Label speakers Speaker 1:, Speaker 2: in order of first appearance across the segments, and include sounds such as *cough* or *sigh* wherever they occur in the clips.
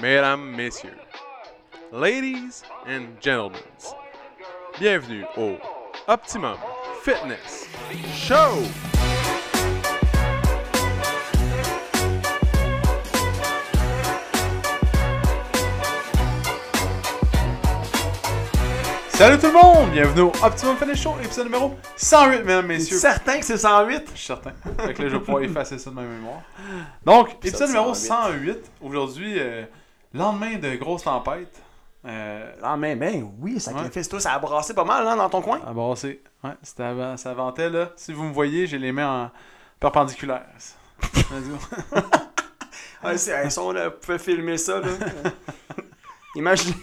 Speaker 1: mesdames, messieurs, ladies and gentlemen, bienvenue au Optimum Fitness Show! Salut tout le monde! Bienvenue au Optimum Fitness Show, épisode numéro 108, mesdames, messieurs.
Speaker 2: Certain que c'est 108?
Speaker 1: Je suis certain. Fait que là, je vais pouvoir effacer ça de ma
Speaker 2: *laughs*
Speaker 1: mémoire. Donc, épisode numéro 108. Aujourd'hui, euh, lendemain de grosse tempête. Euh,
Speaker 2: Ah, mais ben oui, ça
Speaker 1: Ouais.
Speaker 2: fait ça a brassé pas mal hein, dans ton coin.
Speaker 1: à brasser. Ouais, c'était avant, ça ventait là. Si vous me voyez, j'ai les mains en perpendiculaires. *laughs* Vas-y.
Speaker 2: Ah, si, hey, si on euh, pouvait filmer
Speaker 1: *laughs*
Speaker 2: ça, là. euh, Imagine.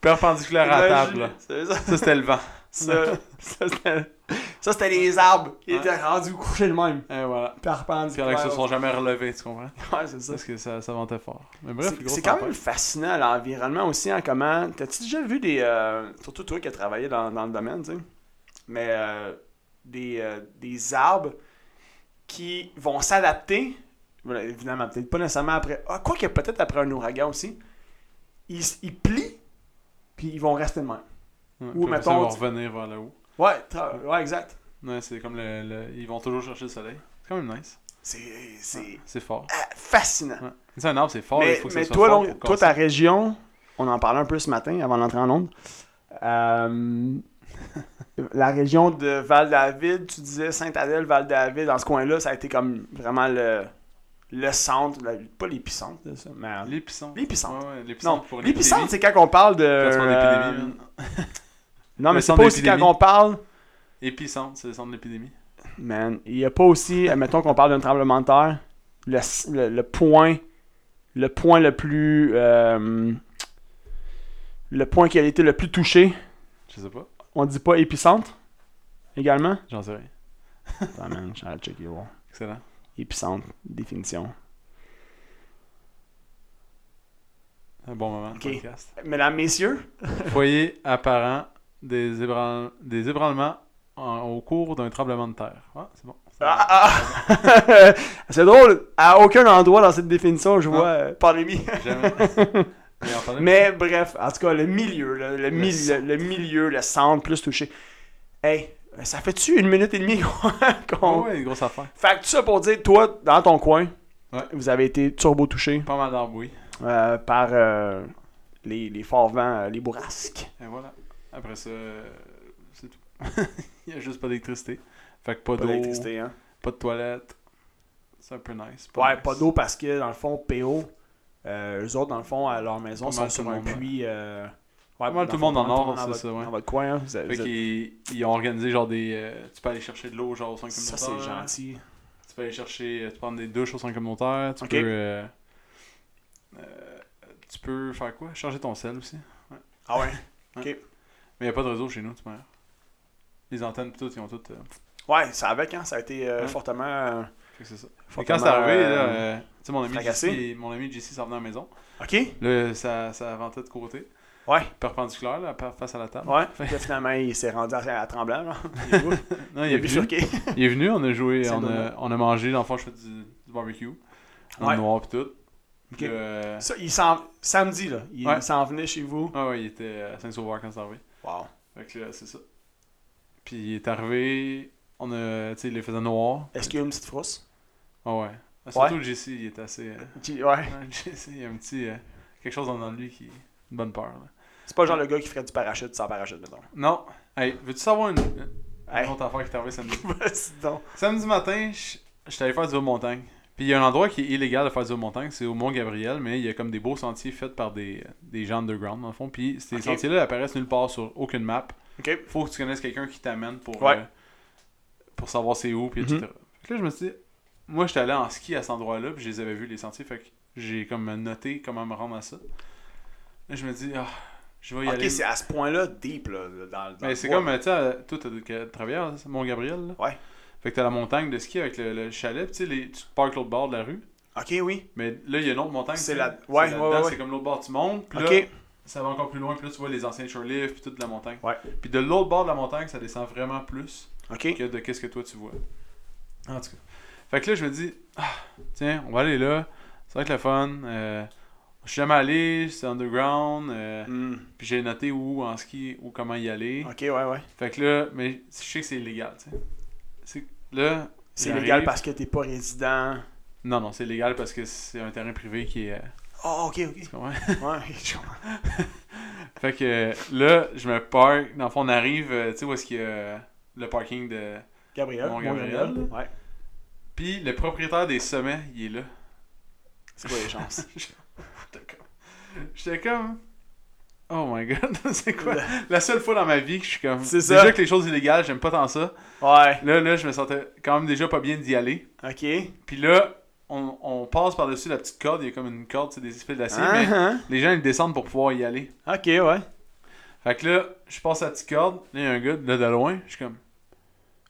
Speaker 1: Perpendiculaire à la table. là.
Speaker 2: C'est ça.
Speaker 1: Ça, c'était le vent.
Speaker 2: Ça, ça, c'était- ça, c'était les arbres. Ils
Speaker 1: Ouais.
Speaker 2: étaient rendus couchés de même.
Speaker 1: Et voilà. Puis
Speaker 2: Perpendiculaire.
Speaker 1: avec ça, ils se sont jamais relevés, tu comprends?
Speaker 2: Ouais, c'est ça.
Speaker 1: Parce que ça, ça ventait fort. Mais bref,
Speaker 2: C'est
Speaker 1: grosse
Speaker 2: c'est quand
Speaker 1: tempête.
Speaker 2: même fascinant l'environnement aussi, hein, comment... T'as-tu déjà vu des... euh, surtout toi qui as travaillé dans, dans le domaine, tu sais, mais euh, des, euh, des arbres qui vont s'adapter, voilà, évidemment, peut-être pas nécessairement après... Ah, quoi que peut-être après un ouragan aussi, ils, s- ils plient, puis ils vont rester de même.
Speaker 1: Ouais,
Speaker 2: Ou,
Speaker 1: puis après ça,
Speaker 2: mettons,
Speaker 1: ils vont
Speaker 2: tu-
Speaker 1: revenir vers là-haut.
Speaker 2: Ouais, tra- ouais, exact.
Speaker 1: Ouais, c'est comme le, le- Ils vont toujours chercher le soleil. C'est quand même nice.
Speaker 2: C'est c'est
Speaker 1: C'est fort.
Speaker 2: ah, fascinant.
Speaker 1: Ouais. Tu sais, un arbre, c'est fort. Oh, il
Speaker 2: mais
Speaker 1: faut que
Speaker 2: mais
Speaker 1: ça soit
Speaker 2: toi,
Speaker 1: fort
Speaker 2: donc,
Speaker 1: pour
Speaker 2: toi,
Speaker 1: casser.
Speaker 2: ta région, on en parlait un peu ce matin avant d'entrer en onde. Euh, *laughs* la région de Val-David, tu disais Saint-Adèle, Val-David, dans ce coin-là, ça a été comme vraiment le, le centre, la- pas l'épicentre de ça, mais.
Speaker 1: L'épicentre.
Speaker 2: L'épicentre.
Speaker 1: Ouais, ouais, l'épicentre
Speaker 2: Non,
Speaker 1: pour
Speaker 2: l'épicentre,
Speaker 1: l'épidémie.
Speaker 2: c'est quand on parle de.
Speaker 1: Placement
Speaker 2: euh,
Speaker 1: d'épidémie, hein. man.
Speaker 2: non,
Speaker 1: Le
Speaker 2: mais c'est
Speaker 1: centre
Speaker 2: pas aussi quand
Speaker 1: d'épidémie.
Speaker 2: on parle.
Speaker 1: Épicentre, c'est le centre de l'épidémie.
Speaker 2: Man, il n'y a pas aussi, admettons qu'on parle d'un tremblement de terre, le, le- le point le point le plus. euh, le point qui a été le plus touché,
Speaker 1: Je sais pas.
Speaker 2: on dit pas épicentre également
Speaker 1: J'en sais rien.
Speaker 2: Attends, Ah, man, je vais aller checker, voir.
Speaker 1: Excellent.
Speaker 2: Épicentre, définition.
Speaker 1: Un bon moment de
Speaker 2: Ok.
Speaker 1: podcast.
Speaker 2: Mesdames, messieurs,
Speaker 1: Foyer apparent des, ébran- des ébranlements en- au cours d'un tremblement de terre. Ah, c'est bon.
Speaker 2: ah, ah, ah. *laughs* c'est drôle, à aucun endroit dans cette définition je vois euh, pandémie.
Speaker 1: Jamais.
Speaker 2: *laughs*
Speaker 1: Mais on parlait-
Speaker 2: Mais bref, en tout cas, le milieu, le, le mil-
Speaker 1: centre.
Speaker 2: le milieu, le centre plus touché. Hey, ça fait-tu une minute et demie *laughs* qu'on. qu'on-
Speaker 1: Ah Ouais, une grosse affaire.
Speaker 2: Fait que tout ça pour dire, toi, dans ton coin,
Speaker 1: Ouais.
Speaker 2: vous avez été turbo touché
Speaker 1: Pas mal d'arbres, oui.
Speaker 2: euh, par euh, les, les forts vents, euh, les bourrasques.
Speaker 1: Et voilà. Après ça, euh, c'est tout. *laughs* Il n'y a juste pas d'électricité. Fait que pas,
Speaker 2: Pas
Speaker 1: d'eau,
Speaker 2: d'électricité, hein.
Speaker 1: pas de toilette. C'est un peu nice.
Speaker 2: Ouais,
Speaker 1: nice.
Speaker 2: pas d'eau parce que, dans le fond, PO, euh, eux autres, dans le fond, à leur maison,
Speaker 1: Pas
Speaker 2: sont
Speaker 1: mal
Speaker 2: sur
Speaker 1: tout le
Speaker 2: un
Speaker 1: monde,
Speaker 2: puits. euh, ouais,
Speaker 1: Pas mal
Speaker 2: dans
Speaker 1: tout le
Speaker 2: fond,
Speaker 1: monde en
Speaker 2: pas mal
Speaker 1: or,
Speaker 2: tout le monde dans
Speaker 1: c'est
Speaker 2: votre-
Speaker 1: ça, ouais.
Speaker 2: Dans votre coin, hein. Vous avez-
Speaker 1: Fait
Speaker 2: vous êtes-
Speaker 1: qu'ils ils ont organisé genre des. euh, tu peux aller chercher de l'eau genre au centre
Speaker 2: Ça,
Speaker 1: communautaire.
Speaker 2: c'est gentil.
Speaker 1: Tu peux aller chercher. euh, Tu peux prendre des douches au centre communautaire. Tu
Speaker 2: Ok.
Speaker 1: peux. euh, euh, tu peux faire quoi Charger ton sel aussi.
Speaker 2: Ah ouais?
Speaker 1: Mais il n'y a pas de réseau chez nous, tu manière. Les antennes pis tout, ils ont toutes. euh,
Speaker 2: Ouais, ça avec, hein. Ça a été euh,
Speaker 1: Ouais.
Speaker 2: fortement. euh,
Speaker 1: fait que c'est ça. Fait que
Speaker 2: fortement
Speaker 1: quand c'est arrivé,
Speaker 2: euh,
Speaker 1: là, euh, tu sais, mon ami
Speaker 2: fracassé.
Speaker 1: JC, mon ami JC s'en venait à la maison.
Speaker 2: Ok?
Speaker 1: *laughs* Là, ça, ça avançait de côté,
Speaker 2: Ouais,
Speaker 1: perpendiculaire, là, par- face à la table.
Speaker 2: ouais. Là, finalement, il s'est rendu à, à Tremblant,
Speaker 1: *laughs*
Speaker 2: là. Il est où?
Speaker 1: Non, il,
Speaker 2: Il
Speaker 1: est
Speaker 2: a
Speaker 1: venu,
Speaker 2: bu sur quai.
Speaker 1: il est venu, on a joué,
Speaker 2: C'est
Speaker 1: on
Speaker 2: dommage.
Speaker 1: a, on a mangé, dans le fond, je fais du, du barbecue. Dans
Speaker 2: Ouais.
Speaker 1: le noir pis tout.
Speaker 2: Ok.
Speaker 1: Puis, euh,
Speaker 2: Ça, il s'en... Samedi, là. Il
Speaker 1: Ouais.
Speaker 2: il s'en venait chez vous.
Speaker 1: ah ouais, il était à Saint-Sauveur quand c'est arrivé.
Speaker 2: Wow.
Speaker 1: Fait que là, c'est ça. Puis il est arrivé, on a, tu sais, il les faisait noir.
Speaker 2: Est-ce qu'il y a une petite frousse?
Speaker 1: Ah ouais. Ah, Surtout le JC, il est assez... euh, *laughs*
Speaker 2: Qui- Ouais.
Speaker 1: Ouais, je sais, il y a un petit. euh, quelque chose en dedans de lui qui. Une bonne peur. là.
Speaker 2: C'est pas le genre le gars qui ferait du parachute sans
Speaker 1: *laughs*
Speaker 2: parachute, mettons.
Speaker 1: Non. Hey, veux-tu savoir une,
Speaker 2: Hey.
Speaker 1: une autre affaire qui est arrivée samedi?
Speaker 2: Vas-y donc.
Speaker 1: samedi matin, je j'étais allé faire du haut de montagne. Puis il y a un endroit qui est illégal de faire du haut de montagne, c'est au Mont-Gabriel, mais il y a comme des beaux sentiers faits par des, euh, des gens underground, dans le fond. Puis ces
Speaker 2: Ok.
Speaker 1: sentiers-là apparaissent nulle part sur aucune map.
Speaker 2: Ok.
Speaker 1: Faut que tu connaisses quelqu'un qui t'amène pour,
Speaker 2: Ouais.
Speaker 1: euh, pour savoir c'est où, puis
Speaker 2: Mhm.
Speaker 1: etc. Fait que là, je me suis dit, moi, j'étais allé en ski à cet endroit-là, puis je les avais vus, les sentiers, fait que j'ai comme noté comment me rendre à ça. Là, je me dis, ah, je vais y
Speaker 2: Ok,
Speaker 1: aller.
Speaker 2: c'est à ce point-là deep, là. Dans, dans
Speaker 1: Mais c'est
Speaker 2: le bois.
Speaker 1: comme, tu sais, euh, toi, t'as travaillé à Mont-Gabriel, là.
Speaker 2: Ouais.
Speaker 1: Fait que t'as la montagne de ski avec le, le chalet, puis tu sais, les- tu te parques l'autre bord de la rue.
Speaker 2: Ok, oui.
Speaker 1: Mais là, il y a une autre montagne.
Speaker 2: C'est
Speaker 1: tu sais,
Speaker 2: la-
Speaker 1: c'est
Speaker 2: ouais, ouais,
Speaker 1: là-dedans,
Speaker 2: ouais, ouais.
Speaker 1: C'est comme l'autre bord, tu montes, puis là,
Speaker 2: Ok.
Speaker 1: ça va encore plus loin, puis là, tu vois les anciens chalet puis toute la montagne.
Speaker 2: Ouais.
Speaker 1: Puis de l'autre bord de la montagne, ça descend vraiment plus
Speaker 2: Ok.
Speaker 1: que de qu'est-ce que toi tu vois. En tout cas. Fait que là, je me dis, Ah, tiens, on va aller là. Ça va être le fun. Euh, je suis jamais allé, c'est underground. euh,
Speaker 2: Hmm.
Speaker 1: Puis j'ai noté où en ski, ou comment y aller.
Speaker 2: Ok, ouais, ouais.
Speaker 1: Fait que là, mais je sais que c'est illégal, tu sais. C'est- Là.
Speaker 2: C'est
Speaker 1: j'arrive-
Speaker 2: légal parce que t'es pas résident.
Speaker 1: Non, non, c'est légal parce que c'est un terrain privé qui est. euh,
Speaker 2: Oh, ok, ok.
Speaker 1: tu comprends? *laughs*
Speaker 2: Ouais, *laughs* je comprends.
Speaker 1: Fait que euh, là, je me park. Dans le fond, on arrive, euh, tu sais, où est-ce qu'il y a le parking de.
Speaker 2: Gabriel.
Speaker 1: Mon
Speaker 2: mon
Speaker 1: Gabriel.
Speaker 2: Gabriel. Ouais.
Speaker 1: Puis le propriétaire des sommets, il est là.
Speaker 2: C'est quoi les chances?
Speaker 1: J'étais comme- J'étais comme. Oh my god, *laughs* c'est quoi? La seule fois dans ma vie que je suis comme.
Speaker 2: C'est
Speaker 1: déjà
Speaker 2: ça.
Speaker 1: que les choses illégales, j'aime pas tant ça.
Speaker 2: Ouais.
Speaker 1: Là, là, je me sentais quand même déjà pas bien d'y aller.
Speaker 2: Ok.
Speaker 1: Puis là, on, on passe par-dessus la petite corde. Il y a comme une corde, c'est des espèces d'acier.
Speaker 2: Hein,
Speaker 1: Mais
Speaker 2: hein?
Speaker 1: les gens, ils descendent pour pouvoir y aller.
Speaker 2: Ok, ouais.
Speaker 1: Fait que là, je passe la petite corde. Là, il y a un gars là, de loin. Je suis comme.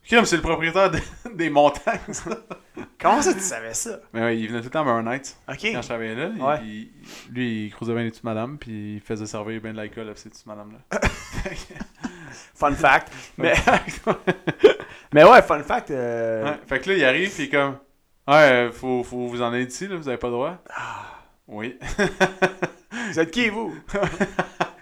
Speaker 1: Comme c'est le propriétaire de- *laughs* des montagnes, *laughs* ça.
Speaker 2: Comment ça, tu savais ça?
Speaker 1: Mais ouais, il venait tout le temps à Burn Night.
Speaker 2: Ok.
Speaker 1: quand je travaillais là, et
Speaker 2: Ouais.
Speaker 1: puis lui, il croisait bien les petites madames, puis il faisait servir bien de l'alcool à ces petites madames-là.
Speaker 2: Fun *laughs* fact. mais, mais *laughs* ouais, fun fact. euh,
Speaker 1: Ouais, Fait que là, il arrive, puis il est comme Ouais, euh, faut, faut vous en aller d'ici, là, vous avez pas le droit.
Speaker 2: Ah.
Speaker 1: Oui. *laughs*
Speaker 2: Vous êtes qui, vous?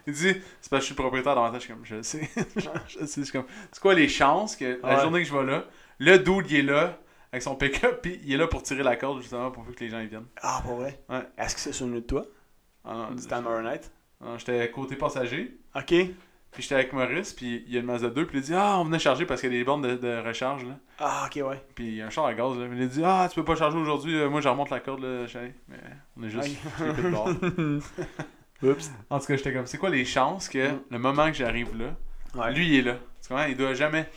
Speaker 1: il dit C'est parce que je suis le propriétaire davantage. Je suis comme Je le sais. *laughs* je le sais. Je suis comme C'est quoi les chances que la
Speaker 2: Ouais.
Speaker 1: journée que je vais là, le dude, il est là, avec son pick-up, puis il est là pour tirer la corde, justement, pour que les gens ils viennent.
Speaker 2: Ah, pour vrai?
Speaker 1: Ouais.
Speaker 2: Est-ce que c'est sur de toi?
Speaker 1: Ah,
Speaker 2: Du Time of Night?
Speaker 1: non, J'étais côté passager.
Speaker 2: Ok.
Speaker 1: Puis j'étais avec Maurice, puis il y a une Mazda 2, puis il a dit Ah, on venait charger parce qu'il y a des bornes de, de recharge, là.
Speaker 2: Ah, ok, ouais.
Speaker 1: Puis il y a un char à gaz, là. Il a dit Ah, tu peux pas charger aujourd'hui, euh, moi je remonte la corde, là, j'allais. Mais on est juste.
Speaker 2: Ok.
Speaker 1: flippés de bord.
Speaker 2: Oups.
Speaker 1: en tout cas, j'étais comme C'est quoi les chances que
Speaker 2: Mm.
Speaker 1: le moment que j'arrive là,
Speaker 2: Ouais.
Speaker 1: lui il est là Tu comprends Il doit jamais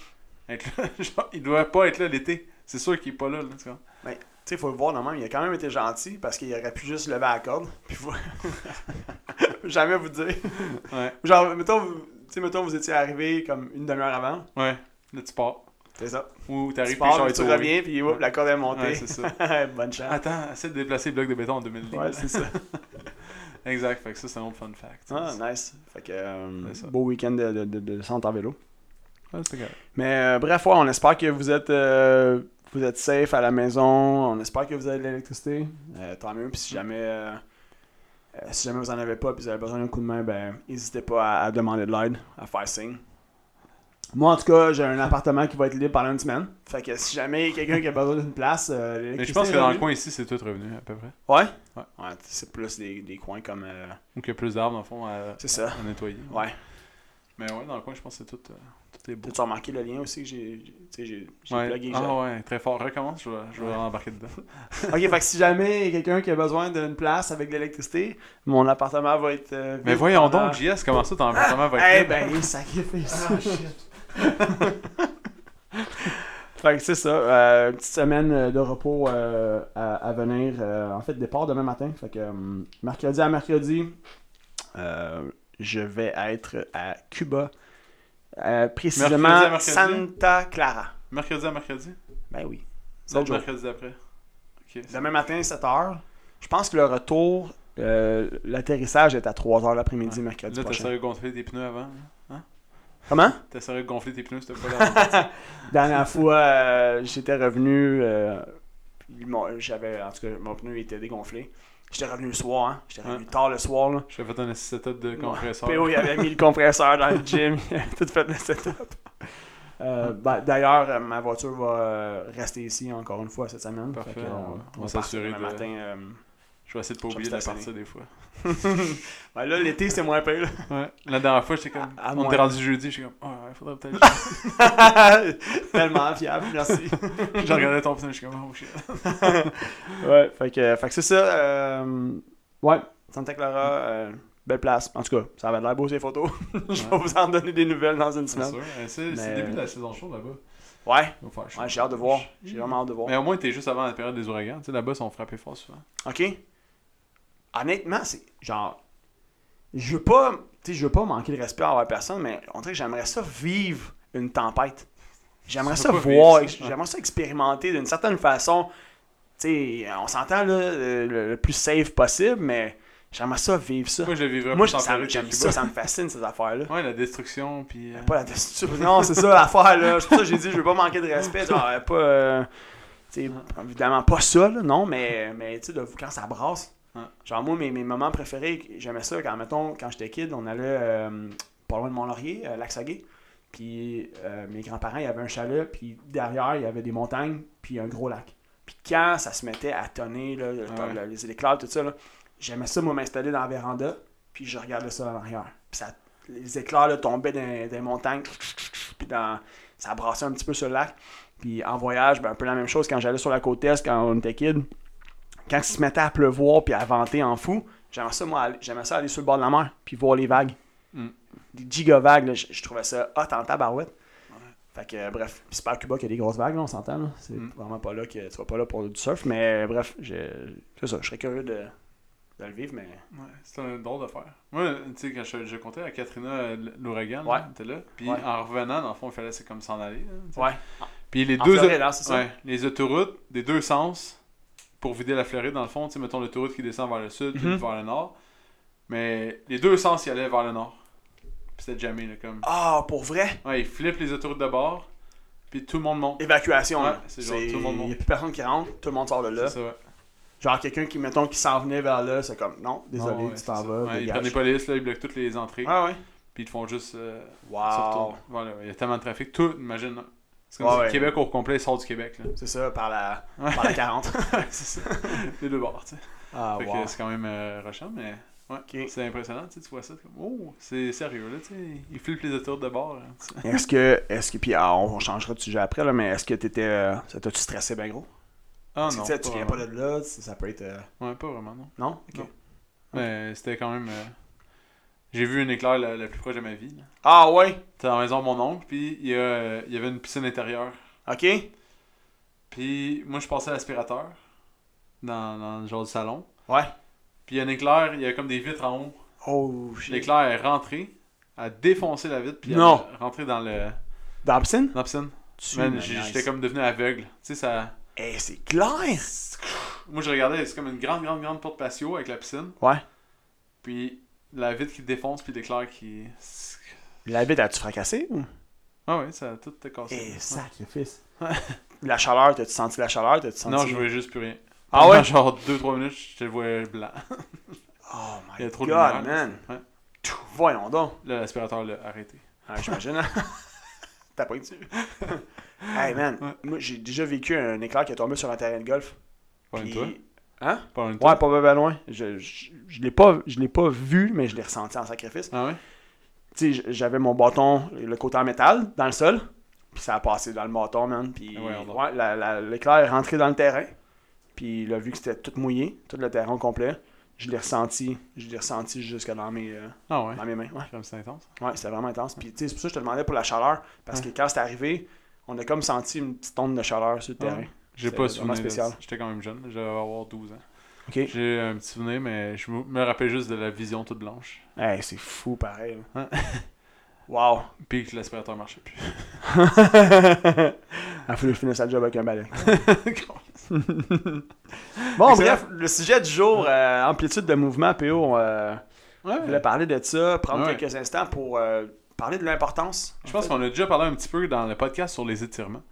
Speaker 1: être là. *laughs* Genre, il doit pas être là l'été. C'est sûr qu'il est pas là, là. Tu comprends
Speaker 2: Tu sais, faut le voir, normalement, il a quand même été gentil parce qu'il aurait pu juste lever la corde. Puis *laughs* vous... Jamais vous dire.
Speaker 1: Ouais.
Speaker 2: Genre, mettons, vous... tu sais, mettons, vous étiez arrivé comme une demi-heure avant.
Speaker 1: Ouais. Là, tu pars.
Speaker 2: C'est ça.
Speaker 1: Ou
Speaker 2: Tu
Speaker 1: t'arrives, puis le char
Speaker 2: pars,
Speaker 1: est
Speaker 2: tu
Speaker 1: au-
Speaker 2: reviens, puis hop, la corde est
Speaker 1: Ouais,
Speaker 2: montée.
Speaker 1: c'est
Speaker 2: *laughs*
Speaker 1: ça.
Speaker 2: Bonne chance.
Speaker 1: Attends, essaie de déplacer le bloc de béton en 2000
Speaker 2: Ouais, c'est ça.
Speaker 1: Exact, fait que ça, c'est un autre fun fact.
Speaker 2: Ah, nice. Fait que, euh,
Speaker 1: C'est ça.
Speaker 2: beau week-end de, de, de, de centre en vélo.
Speaker 1: Ouais, c'est correct.
Speaker 2: Mais euh, bref, ouais, on espère que vous êtes, euh, vous êtes safe à la maison. On espère que vous avez de l'électricité. Euh, tant mieux. Puis si jamais, euh, euh, si jamais vous en avez pas, puis vous avez besoin d'un coup de main, ben n'hésitez pas à, à demander de l'aide, à faire signe. Moi, en tout cas, j'ai un appartement qui va être libre pendant une semaine. Fait que si jamais il y a quelqu'un qui a besoin d'une place, euh,
Speaker 1: Mais je
Speaker 2: l'électricité
Speaker 1: pense que
Speaker 2: est
Speaker 1: dans le
Speaker 2: revenue.
Speaker 1: coin ici, c'est tout revenu à peu près.
Speaker 2: Ouais?
Speaker 1: Ouais.
Speaker 2: Ouais, t- c'est plus des, des coins comme. euh,
Speaker 1: Ou qu'il y a plus d'arbres, dans le fond, à,
Speaker 2: c'est ça.
Speaker 1: à nettoyer.
Speaker 2: Ouais.
Speaker 1: Mais ouais, dans le coin, je pense que c'est tout, euh, tout est beau.
Speaker 2: T'as-tu remarqué le lien aussi que j'ai- j'ai tu sais, j'ai- j'ai
Speaker 1: Ouais.
Speaker 2: plugué? j'ai-
Speaker 1: Ah ouais, très fort. Recommence, je vais, je vais
Speaker 2: Ouais.
Speaker 1: embarquer dedans.
Speaker 2: Ok, fait que si jamais il y a quelqu'un qui a besoin d'une place avec de l'électricité, mon appartement va être. euh,
Speaker 1: Mais
Speaker 2: vide
Speaker 1: voyons
Speaker 2: pendant-
Speaker 1: donc, JS, comment ça, ton appartement va
Speaker 2: Eh
Speaker 1: être libre?
Speaker 2: ben, il sacrifie ça. *laughs* Fait que c'est ça, euh, petite semaine euh, de repos euh, à, à venir. euh, en fait, départ demain matin. Fait que euh, mercredi à mercredi, euh, je vais être à Cuba. Euh, précisément
Speaker 1: Mercredi à mercredi?
Speaker 2: Santa Clara.
Speaker 1: Mercredi à mercredi?
Speaker 2: Ben oui. Sept
Speaker 1: L'autre
Speaker 2: jours.
Speaker 1: mercredi d'après. Ok.
Speaker 2: Demain matin, 7h. Je pense que le retour, euh, l'atterrissage est à 3h l'après-midi,
Speaker 1: Ouais.
Speaker 2: mercredi
Speaker 1: Là,
Speaker 2: prochain.
Speaker 1: t'essaierais de gonfler tes pneus avant. hein?
Speaker 2: Comment?
Speaker 1: T'essaierais de gonfler tes pneus, c'était pas
Speaker 2: *laughs*
Speaker 1: là.
Speaker 2: Dernière fois, euh, j'étais revenu. euh, puis mon- j'avais, en tout cas, mon pneu était dégonflé. J'étais revenu le soir, hein. J'étais revenu tard le soir, là.
Speaker 1: Je t'avais fait un setup de compresseur.
Speaker 2: PO, il avait mis le compresseur dans le gym. *laughs* Il avait tout fait le setup. Euh, ben, D'ailleurs, euh, ma voiture va euh, rester ici encore une fois cette semaine.
Speaker 1: Parfait,
Speaker 2: Fait que, euh,
Speaker 1: on va- on va
Speaker 2: part
Speaker 1: s'assurer
Speaker 2: demain
Speaker 1: de-
Speaker 2: matin. euh, *laughs*
Speaker 1: Je vais essayer de pas
Speaker 2: Je me
Speaker 1: oublier de la
Speaker 2: stationner.
Speaker 1: partir des
Speaker 2: *laughs*
Speaker 1: fois.
Speaker 2: ben là, l'été, c'est moins pire. là.
Speaker 1: Ouais. La dernière fois, j'étais comme.
Speaker 2: À- à
Speaker 1: on
Speaker 2: moins.
Speaker 1: était rendu jeudi, j'étais comme. Ah, ouais, faudrait
Speaker 2: *laughs*
Speaker 1: peut-être.
Speaker 2: Tellement fiable, merci.
Speaker 1: J'ai regardé ton pneu, je suis comme. Oh shit.
Speaker 2: ouais, fait que, fait que c'est ça. euh, ouais, Santa Clara, euh, belle place. En tout cas, ça avait l'air beau ces photos. *laughs* Je vais
Speaker 1: Ouais.
Speaker 2: vous en donner des nouvelles dans une
Speaker 1: C'est
Speaker 2: semaine.
Speaker 1: sûr. Euh, C'est c'est le
Speaker 2: Mais-
Speaker 1: début de la saison chaude là-bas.
Speaker 2: Ouais,
Speaker 1: Ils vont faire chaud.
Speaker 2: ouais j'ai hâte de voir. J'ai vraiment hâte de voir.
Speaker 1: Mais au moins, t'es juste avant la période des ouragans. Tu sais, là-bas, ils sont frappés fort souvent.
Speaker 2: Ok. Honnêtement, c'est genre. Je veux pas. Tu sais, je veux pas manquer de respect envers personne, mais on dirait que j'aimerais ça vivre une tempête. J'aimerais
Speaker 1: Tu
Speaker 2: ça
Speaker 1: peux pas
Speaker 2: voir,
Speaker 1: vivre ça.
Speaker 2: j'aimerais ça expérimenter d'une certaine façon. Tu sais, on s'entend là, le, le- le plus safe possible, mais j'aimerais ça vivre ça.
Speaker 1: Moi, je le vivrais
Speaker 2: Moi,
Speaker 1: plus
Speaker 2: ça-
Speaker 1: en période
Speaker 2: j'aime
Speaker 1: de
Speaker 2: ça,
Speaker 1: Cuba.
Speaker 2: ça me fascine ces affaires-là.
Speaker 1: Ouais, la destruction, puis. euh,
Speaker 2: Pas la destruction. Non, c'est ça l'affaire, là. C'est pour ça que j'ai dit, je veux pas manquer de respect. Genre, euh, pas. euh, Tu sais, Évidemment, pas ça, là, non, mais, mais tu sais, de- quand ça brasse.
Speaker 1: Ouais.
Speaker 2: Genre, moi, mes, mes moments préférés, j'aimais ça quand, mettons, quand j'étais kid, on allait euh, pas loin de Mont-Laurier, euh, Lac-Saguet. Puis euh, mes grands-parents, il y avait un chalet, puis derrière, il y avait des montagnes, puis un gros lac. Puis quand ça se mettait à tonner, là, le-
Speaker 1: Ouais.
Speaker 2: le- les éclairs, tout ça, là, j'aimais ça, moi, m'installer dans la véranda, puis je regardais ça en arrière. Puis ça, les éclairs là, tombaient dans des montagnes, puis dans, ça brassait un petit peu sur le lac. Puis en voyage, ben, un peu la même chose quand j'allais sur la côte est, quand on était kid. Quand il se mettait à pleuvoir puis à venter en fou, j'aimais ça, moi, aller- j'aimais ça aller sur le bord de la mer puis voir les vagues.
Speaker 1: Mm.
Speaker 2: Des gigavagues, là, je, je trouvais ça hot en tabarouette. Fait que, euh, bref, Puis c'est pas à Cuba qu'il y a des grosses vagues, là, on s'entend. là. C'est
Speaker 1: Mm.
Speaker 2: vraiment pas là que tu vas pas là pour du surf, mais euh, bref, je- c'est ça, je serais curieux de, de le vivre, mais.
Speaker 1: Ouais, c'est un drôle d'affaire. Moi, tu sais, quand je, je comptais à Katrina euh, l- l'ouragan,
Speaker 2: Ouais.
Speaker 1: là, t'es là. Puis
Speaker 2: Ouais.
Speaker 1: en revenant, dans le fond, il fallait c'est comme s'en aller. là, tu sais.
Speaker 2: Ouais,
Speaker 1: Puis les
Speaker 2: en
Speaker 1: deux
Speaker 2: Floride, hein, c'est ça.
Speaker 1: ouais, les autoroutes des deux sens pour vider la Floride dans le fond, tu sais mettons l'autoroute qui descend vers le sud puis
Speaker 2: Mhm.
Speaker 1: vers le nord. Mais les deux sens ils allaient vers le nord. Puis c'était jamais là comme
Speaker 2: Ah, pour vrai,
Speaker 1: Ouais, ils flippent les autoroutes de bord. Puis tout le monde monte.
Speaker 2: évacuation.
Speaker 1: Ouais,
Speaker 2: là.
Speaker 1: c'est genre, tout le monde
Speaker 2: Il n'y a
Speaker 1: monte.
Speaker 2: plus personne qui rentre, tout le monde sort de là.
Speaker 1: C'est ça. ouais.
Speaker 2: Genre quelqu'un qui, mettons, qui s'en venait vers là, c'est comme non, désolé,
Speaker 1: Non, ouais,
Speaker 2: tu
Speaker 1: c'est
Speaker 2: t'en
Speaker 1: ça.
Speaker 2: vas.
Speaker 1: Ouais, ils
Speaker 2: dégage.
Speaker 1: prennent les polices là, ils bloquent toutes les entrées.
Speaker 2: Ouais, ouais.
Speaker 1: Puis ils te font juste euh, se
Speaker 2: Wow.
Speaker 1: retourner. Voilà, il y a tellement de trafic, tout, imagine. C'est comme
Speaker 2: Ouais,
Speaker 1: si
Speaker 2: ouais.
Speaker 1: le Québec au complet sort du Québec là.
Speaker 2: C'est ça, par la,
Speaker 1: Ouais.
Speaker 2: par la 40.
Speaker 1: *laughs* c'est ça. Les deux bords, tu sais.
Speaker 2: *laughs* ah,
Speaker 1: Fait que
Speaker 2: wow.
Speaker 1: c'est quand même euh, rushant, mais ouais,
Speaker 2: Ok.
Speaker 1: c'est impressionnant, tu sais, tu vois ça, t'es comme, oh, c'est sérieux, là, tu sais, il flippe les autours de bord, hein, tu sais.
Speaker 2: Est-ce que, est-ce que, puis ah, on changera de sujet après, là, mais est-ce que t'étais, euh, ça t'a-tu stressé bien gros?
Speaker 1: Ah
Speaker 2: Parce que,
Speaker 1: non,
Speaker 2: tu sais, tu viens pas
Speaker 1: vraiment.
Speaker 2: de là, tu sais, ça peut être, euh,
Speaker 1: Ouais, pas vraiment, non.
Speaker 2: non? Ok.
Speaker 1: Non. Mais c'était quand même, euh, j'ai vu une éclair la, la plus proche de ma vie, là.
Speaker 2: Ah ouais,
Speaker 1: C'était dans la maison de mon oncle, puis il y, a- il y avait une piscine intérieure,
Speaker 2: ok,
Speaker 1: puis moi je passais l'aspirateur, dans, dans le genre du salon,
Speaker 2: ouais.
Speaker 1: puis il y a une éclair, il y a comme des vitres en haut,
Speaker 2: Oh,
Speaker 1: Puis
Speaker 2: shit.
Speaker 1: l'éclair est rentrée, a défoncé la vitre, puis elle
Speaker 2: Non.
Speaker 1: est rentrée dans, le,
Speaker 2: Dans la piscine?
Speaker 1: dans la piscine.
Speaker 2: Tu
Speaker 1: Man,
Speaker 2: me
Speaker 1: j'ai-
Speaker 2: niaises.
Speaker 1: j'étais comme devenu aveugle, tu sais, ça...
Speaker 2: Eh, c'est clair!
Speaker 1: Moi, je regardais, c'est comme une grande, grande, grande porte patio avec la piscine.
Speaker 2: Ouais.
Speaker 1: Puis la vitre qui défonce, puis l'éclair qui.
Speaker 2: La bite, as-tu fracassé ou?
Speaker 1: Ah ouais, ça a tout te cassé.
Speaker 2: Eh,
Speaker 1: Ouais.
Speaker 2: sacrifice.
Speaker 1: Ouais.
Speaker 2: *laughs* La chaleur, t'as-tu senti la chaleur? T'as-tu senti...
Speaker 1: Non, je voyais juste plus rien.
Speaker 2: Ah ouais?
Speaker 1: Pendant Genre 2-3 minutes, je le voyais blanc.
Speaker 2: Oh
Speaker 1: Il y
Speaker 2: my
Speaker 1: a trop de
Speaker 2: god,
Speaker 1: lumière,
Speaker 2: man!
Speaker 1: Ouais.
Speaker 2: Tout, voyons donc!
Speaker 1: Là, l'aspirateur l'a arrêté.
Speaker 2: Ah, J'imagine, *laughs* hein? T'as pas dessus.
Speaker 1: *laughs*
Speaker 2: hey, man,
Speaker 1: Ouais.
Speaker 2: moi, j'ai déjà vécu un éclair qui est tombé sur un terrain de golf.
Speaker 1: Pas loin de
Speaker 2: puis-
Speaker 1: toi.
Speaker 2: Hein?
Speaker 1: Pas loin de toi.
Speaker 2: Ouais, pas bien bien loin. Je, je, je l'ai pas, je l'ai pas vu, mais je l'ai ressenti en sacrifice.
Speaker 1: Ah ouais?
Speaker 2: Tu sais, j- j'avais mon bâton, le côté en métal, dans le sol. Puis ça a passé dans le bâton, man. Puis
Speaker 1: Ah ouais, on
Speaker 2: ouais, la- la- l'éclair est rentré dans le terrain. Puis là, vu que c'était tout mouillé, tout le terrain au complet, je l'ai ressenti. Je l'ai ressenti jusque dans mes, euh,
Speaker 1: Ah ouais?
Speaker 2: dans mes mains. Ouais.
Speaker 1: Comme c'est intense.
Speaker 2: Ouais, c'était vraiment intense. Puis, tu sais, c'est pour ça que je te demandais pour la chaleur. Parce que quand c'est arrivé, on a comme senti une petite onde de chaleur sur le
Speaker 1: Ah Ouais.
Speaker 2: terrain.
Speaker 1: J'ai
Speaker 2: C'est
Speaker 1: pas
Speaker 2: vraiment
Speaker 1: souvenir. de
Speaker 2: spécial.
Speaker 1: ça. J'étais quand même jeune, j'avais avoir 12 ans.
Speaker 2: OK.
Speaker 1: J'ai un petit souvenir, mais je me rappelle juste de la vision toute blanche.
Speaker 2: Hey, c'est fou, pareil. là.
Speaker 1: Ouais.
Speaker 2: wow.
Speaker 1: Puis que l'aspirateur marchait plus.
Speaker 2: *laughs* Il faut que je finisse la job avec un *laughs* balai. Bon, bref, le sujet du jour, euh, amplitude de mouvement, PO, euh, on voulait
Speaker 1: ouais.
Speaker 2: parler de ça, prendre
Speaker 1: Ouais.
Speaker 2: quelques instants pour euh, parler de l'importance.
Speaker 1: Je
Speaker 2: en
Speaker 1: pense
Speaker 2: fait.
Speaker 1: qu'on a déjà parlé un petit peu dans le podcast sur les étirements.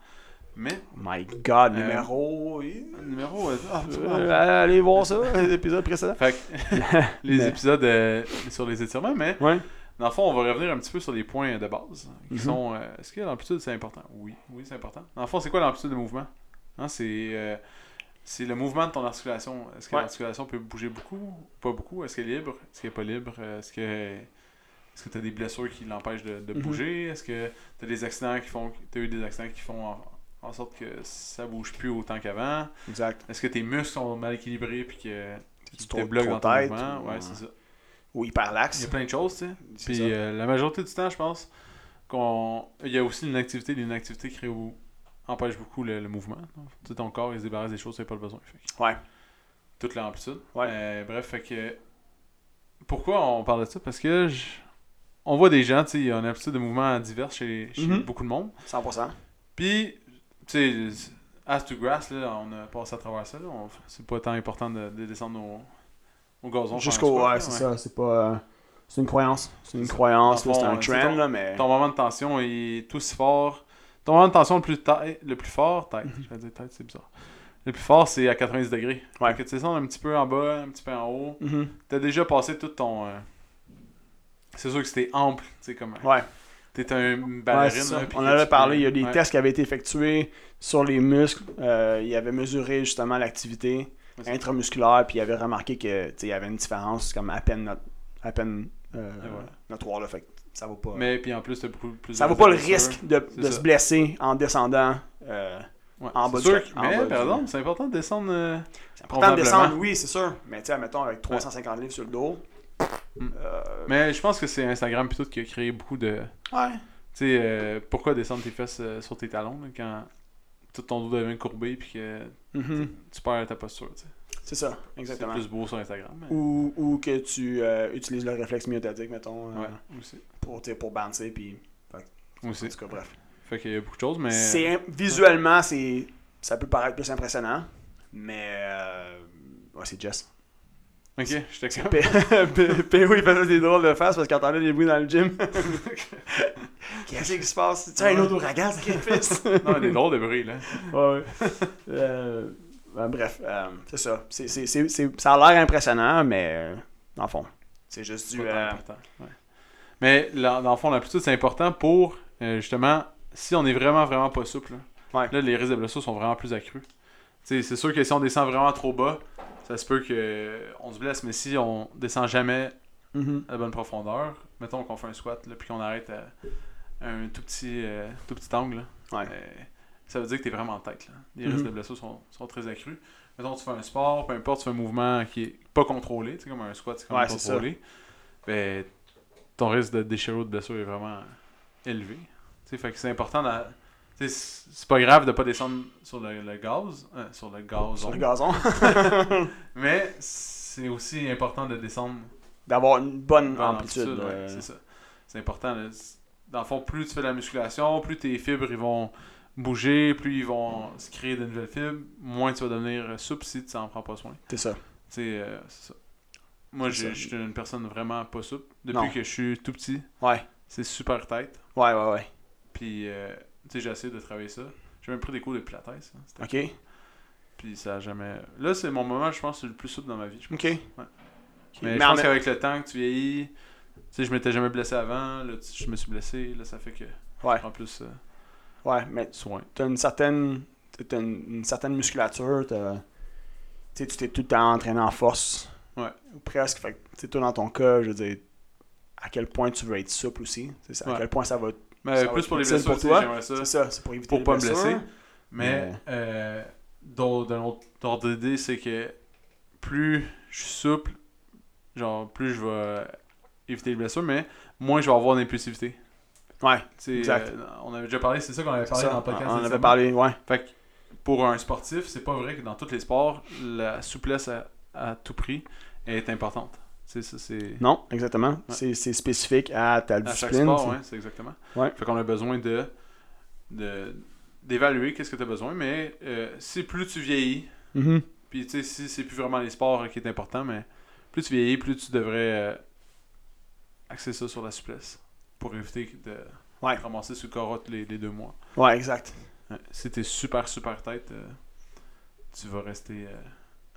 Speaker 1: Mais
Speaker 2: Oh my God,
Speaker 1: Euh,
Speaker 2: numéro...
Speaker 1: Numéro. euh, ah, tu vois.
Speaker 2: Euh, allez voir ça, *laughs* l'épisode précédent.
Speaker 1: Fait que, *laughs* les
Speaker 2: Mais-
Speaker 1: épisodes euh, sur les étirements, mais
Speaker 2: Ouais.
Speaker 1: dans le fond, on va revenir un petit peu sur les points de base qui
Speaker 2: Mhm.
Speaker 1: sont. euh, Est-ce que l'amplitude c'est important Oui, oui, c'est important. Dans le fond, c'est quoi l'amplitude de mouvement Hein, C'est euh, c'est le mouvement de ton articulation. Est-ce que
Speaker 2: Ouais.
Speaker 1: l'articulation peut bouger beaucoup Pas beaucoup Est-ce qu'elle est libre Est-ce qu'elle est pas libre Euh, Est-ce que est-ce que tu as des blessures qui l'empêchent de, de
Speaker 2: Mhm.
Speaker 1: bouger Est-ce que tu as des accidents qui font t'as eu des accidents qui font en, en sorte que ça bouge plus autant qu'avant
Speaker 2: Exact.
Speaker 1: Est-ce que tes muscles sont mal équilibrés puis que tu
Speaker 2: trop-
Speaker 1: te bloques
Speaker 2: trop
Speaker 1: dans ton
Speaker 2: tête,
Speaker 1: mouvement?
Speaker 2: ou-
Speaker 1: Ouais, c'est ça.
Speaker 2: Ou
Speaker 1: Il y a
Speaker 2: hyperlaxe.
Speaker 1: plein de choses, tu sais.
Speaker 2: c'est
Speaker 1: Puis
Speaker 2: ça.
Speaker 1: euh, la majorité du temps, je pense qu'on il y a aussi l'inactivité. L'inactivité crée ou empêche beaucoup le, le mouvement. Tu sais, ton corps, il se débarrasse des choses qu'il n'y a pas le besoin. Fait que-
Speaker 2: Ouais.
Speaker 1: Toute l'amplitude.
Speaker 2: Ouais.
Speaker 1: Euh, bref, fait que... Pourquoi on parle de ça? Parce que je- on voit des gens, tu sais, il y a une amplitude de mouvement diverse chez, chez
Speaker 2: Mhm.
Speaker 1: beaucoup de monde.
Speaker 2: 100%.
Speaker 1: Puis, tu sais, as to grass, là, on a passé à travers ça. là. On- C'est pas tant important de, de descendre au, au gazon.
Speaker 2: Jusqu'au. Ouais, c'est
Speaker 1: ça.
Speaker 2: ça. C'est pas. euh, c'est une croyance. C'est une
Speaker 1: C'est ça.
Speaker 2: croyance,
Speaker 1: Dans
Speaker 2: là,
Speaker 1: le
Speaker 2: c'est
Speaker 1: fond,
Speaker 2: un
Speaker 1: euh, c'est
Speaker 2: trend,
Speaker 1: ton-
Speaker 2: là, mais.
Speaker 1: Ton moment de tension est tout aussi fort, Ton moment de tension le plus, ta- le plus fort, tête.
Speaker 2: Mhm.
Speaker 1: Je vais dire tête, c'est bizarre. Le plus fort, c'est à 90 degrés.
Speaker 2: Ouais.
Speaker 1: Fait que tu descends un petit peu en bas, un petit peu en haut.
Speaker 2: Mhm.
Speaker 1: T'as déjà passé tout ton. euh, C'est sûr que c'était ample. Tu sais, comme.
Speaker 2: Ouais.
Speaker 1: T'es un
Speaker 2: Ouais,
Speaker 1: ballerine.
Speaker 2: c'est ça.
Speaker 1: là, puis
Speaker 2: on en
Speaker 1: que
Speaker 2: avait
Speaker 1: tu
Speaker 2: parlé,
Speaker 1: peux-
Speaker 2: il y a des
Speaker 1: ouais.
Speaker 2: tests qui avaient été effectués sur les muscles. Euh, il avait mesuré justement l'activité
Speaker 1: Ouais, c'est-
Speaker 2: intramusculaire, puis il avait remarqué que tu sais, il y avait une différence comme à peine notre à peine euh,
Speaker 1: Et voilà.
Speaker 2: notoire là, fait que ça vaut pas.
Speaker 1: Mais puis en plus, t'as beaucoup plus.
Speaker 2: ça
Speaker 1: de
Speaker 2: vaut pas le
Speaker 1: blessures.
Speaker 2: risque de,
Speaker 1: C'est
Speaker 2: de
Speaker 1: ça.
Speaker 2: se blesser en descendant. euh,
Speaker 1: Ouais,
Speaker 2: en
Speaker 1: c'est
Speaker 2: bas du
Speaker 1: sûr
Speaker 2: cap-
Speaker 1: que-
Speaker 2: en
Speaker 1: Mais
Speaker 2: bas
Speaker 1: par
Speaker 2: du-
Speaker 1: exemple, c'est important de descendre. euh,
Speaker 2: c'est important de
Speaker 1: Convenablement.
Speaker 2: descendre, oui, c'est sûr. Mais tu sais, mettons avec 350 livres sur le dos.
Speaker 1: Mm.
Speaker 2: euh,
Speaker 1: Mais je pense que c'est Instagram plutôt qui a créé beaucoup de.
Speaker 2: ouais.
Speaker 1: Tu sais, euh, pourquoi descendre tes fesses euh, sur tes talons là, quand tout ton dos devient courbé puis que
Speaker 2: Mhm.
Speaker 1: tu perds ta posture. tu sais.
Speaker 2: C'est ça,
Speaker 1: C'est
Speaker 2: exactement.
Speaker 1: plus beau sur Instagram. mais-
Speaker 2: Ou, ou que tu euh, utilises le réflexe myotatique, mettons, euh,
Speaker 1: Ouais, aussi.
Speaker 2: pour, tu sais, pour bouncer, puis en
Speaker 1: aussi.
Speaker 2: tout cas, bref.
Speaker 1: Fait qu'il y a beaucoup de choses, mais. euh,
Speaker 2: C'est visuellement, c'est ça peut paraître plus impressionnant, mais euh, ouais,
Speaker 1: *laughs*
Speaker 2: c'est Jess.
Speaker 1: Ok, je
Speaker 2: *laughs*
Speaker 1: t'explique.
Speaker 2: P- P- PO il faisait des drôles de face parce qu'il entendait des bruits dans
Speaker 1: *laughs*
Speaker 2: le gym. Qu'est-ce qui se passe Tu as un autre ouragan, c'est qu'est-ce qu'il
Speaker 1: *laughs*
Speaker 2: fait?
Speaker 1: Non, des drôles de bruit, là.
Speaker 2: Ouais. Euh, ben, bref, euh, c'est ça. C'est- c'est- c'est- c'est- ça a l'air impressionnant, mais euh, dans le fond, c'est juste
Speaker 1: C'est
Speaker 2: du.
Speaker 1: pas tant
Speaker 2: euh,
Speaker 1: important, ouais. Mais là, dans le fond, l'amplitude, c'est important pour euh, justement si on est vraiment, vraiment pas souple. Là,
Speaker 2: Ouais.
Speaker 1: Là, les risques de blessure sont vraiment plus accrus. Tu sais, c'est sûr que si on descend vraiment trop bas, ça se peut que euh, on se blesse, mais si on descend jamais
Speaker 2: mhm.
Speaker 1: à la bonne profondeur, mettons qu'on fait un squat là, puis qu'on arrête à un tout petit, euh, tout petit angle, là,
Speaker 2: Ouais.
Speaker 1: euh, ça veut dire que t'es vraiment en tête. là. Les
Speaker 2: Mhm.
Speaker 1: risques de blessure sont, sont très accrus. Mettons, tu fais un sport, peu importe, tu fais un mouvement qui est pas contrôlé, tu sais, comme un squat, c'est comme
Speaker 2: Ouais, c'est ça.
Speaker 1: contrôlé. Ben, ton risque de déchirer ou de blessure est vraiment élevé. Tu sais, fait que c'est important de. tu sais, C'est c'est pas grave de pas descendre sur le, le gaz. euh, sur le gaz.
Speaker 2: Sur le gazon. *laughs*
Speaker 1: Mais c'est aussi important de descendre
Speaker 2: D'avoir une bonne
Speaker 1: Bonne
Speaker 2: amplitude.
Speaker 1: amplitude, ouais,
Speaker 2: euh,
Speaker 1: Ah, c'est ça. C'est important. là. C'est- Dans le fond, plus tu fais de la musculation, plus tes fibres ils vont bouger, plus ils vont se créer de nouvelles fibres, moins tu vas devenir euh, souple si tu n'en prends pas soin.
Speaker 2: c'est ça.
Speaker 1: Tu sais, euh, c'est ça. Moi,
Speaker 2: C'est
Speaker 1: je
Speaker 2: ça.
Speaker 1: je suis une personne vraiment pas souple. Depuis
Speaker 2: Non.
Speaker 1: que je suis tout petit,
Speaker 2: Ouais.
Speaker 1: c'est super tête.
Speaker 2: Ouais, ouais, ouais.
Speaker 1: Puis, euh, tu sais, j'ai essayé de travailler ça. J'ai même pris des cours de pilates. hein. C'était-
Speaker 2: Ok.
Speaker 1: Puis ça a jamais... Là, c'est mon moment, je pense, le plus souple dans ma vie. je pense.
Speaker 2: Ok. Ok.
Speaker 1: Mais,
Speaker 2: Mais
Speaker 1: je
Speaker 2: en
Speaker 1: pense
Speaker 2: même-
Speaker 1: qu'avec le temps que tu vieillis, tu sais, je m'étais jamais blessé avant, là, tu- je me suis blessé, là, ça fait que
Speaker 2: Ouais.
Speaker 1: je prends plus euh,
Speaker 2: Ouais, mais
Speaker 1: soin.
Speaker 2: t'as une certaine. T'as une, une certaine musculature, t'as. Tu sais, tu t'es tout le temps entraîné en force.
Speaker 1: Ouais.
Speaker 2: Ou Presque. Fait que, tu sais, toi, dans ton cas, je veux dire, à quel point tu veux être souple aussi. c'est ça, à
Speaker 1: Ouais.
Speaker 2: quel point ça va.
Speaker 1: Mais
Speaker 2: Ça va
Speaker 1: plus
Speaker 2: être
Speaker 1: pour les
Speaker 2: utile
Speaker 1: blessures,
Speaker 2: pour
Speaker 1: tu sais,
Speaker 2: toi.
Speaker 1: j'aimerais ça.
Speaker 2: C'est ça, c'est pour éviter
Speaker 1: Pour
Speaker 2: les
Speaker 1: pas me
Speaker 2: blessures.
Speaker 1: blesser. Mais
Speaker 2: Mais-
Speaker 1: euh, dans- d'un autre ordre d'idée, c'est que plus je suis souple, genre plus je vais éviter les blessures, mais moins je vais avoir d'impulsivité.
Speaker 2: Ouais,
Speaker 1: Tu sais,
Speaker 2: Exact.
Speaker 1: euh, on avait déjà parlé, c'est ça qu'on avait
Speaker 2: c'est
Speaker 1: parlé
Speaker 2: ça.
Speaker 1: dans le podcast.
Speaker 2: on en avait
Speaker 1: récemment.
Speaker 2: parlé, ouais.
Speaker 1: Fait que pour un sportif, c'est pas vrai que dans tous les sports, la souplesse à, à tout prix est importante. C'est ça, c'est.
Speaker 2: Non, exactement.
Speaker 1: Ouais.
Speaker 2: C'est c'est spécifique à ta
Speaker 1: À chaque
Speaker 2: discipline.
Speaker 1: sport,
Speaker 2: tu-
Speaker 1: ouais, c'est exactement.
Speaker 2: Ouais.
Speaker 1: Fait qu'on a besoin de de- d'évaluer qu'est-ce que tu as besoin, mais euh, si plus tu vieillis,
Speaker 2: Mhm.
Speaker 1: puis tu sais, si c'est plus vraiment les sports euh, qui est important, mais plus tu vieillis, plus tu devrais euh, axer ça sur la souplesse pour éviter de
Speaker 2: Ouais.
Speaker 1: ramasser sous carotte les, les deux mois.
Speaker 2: Ouais, exact.
Speaker 1: Ouais. Si t'es super, super tête, euh, tu vas rester.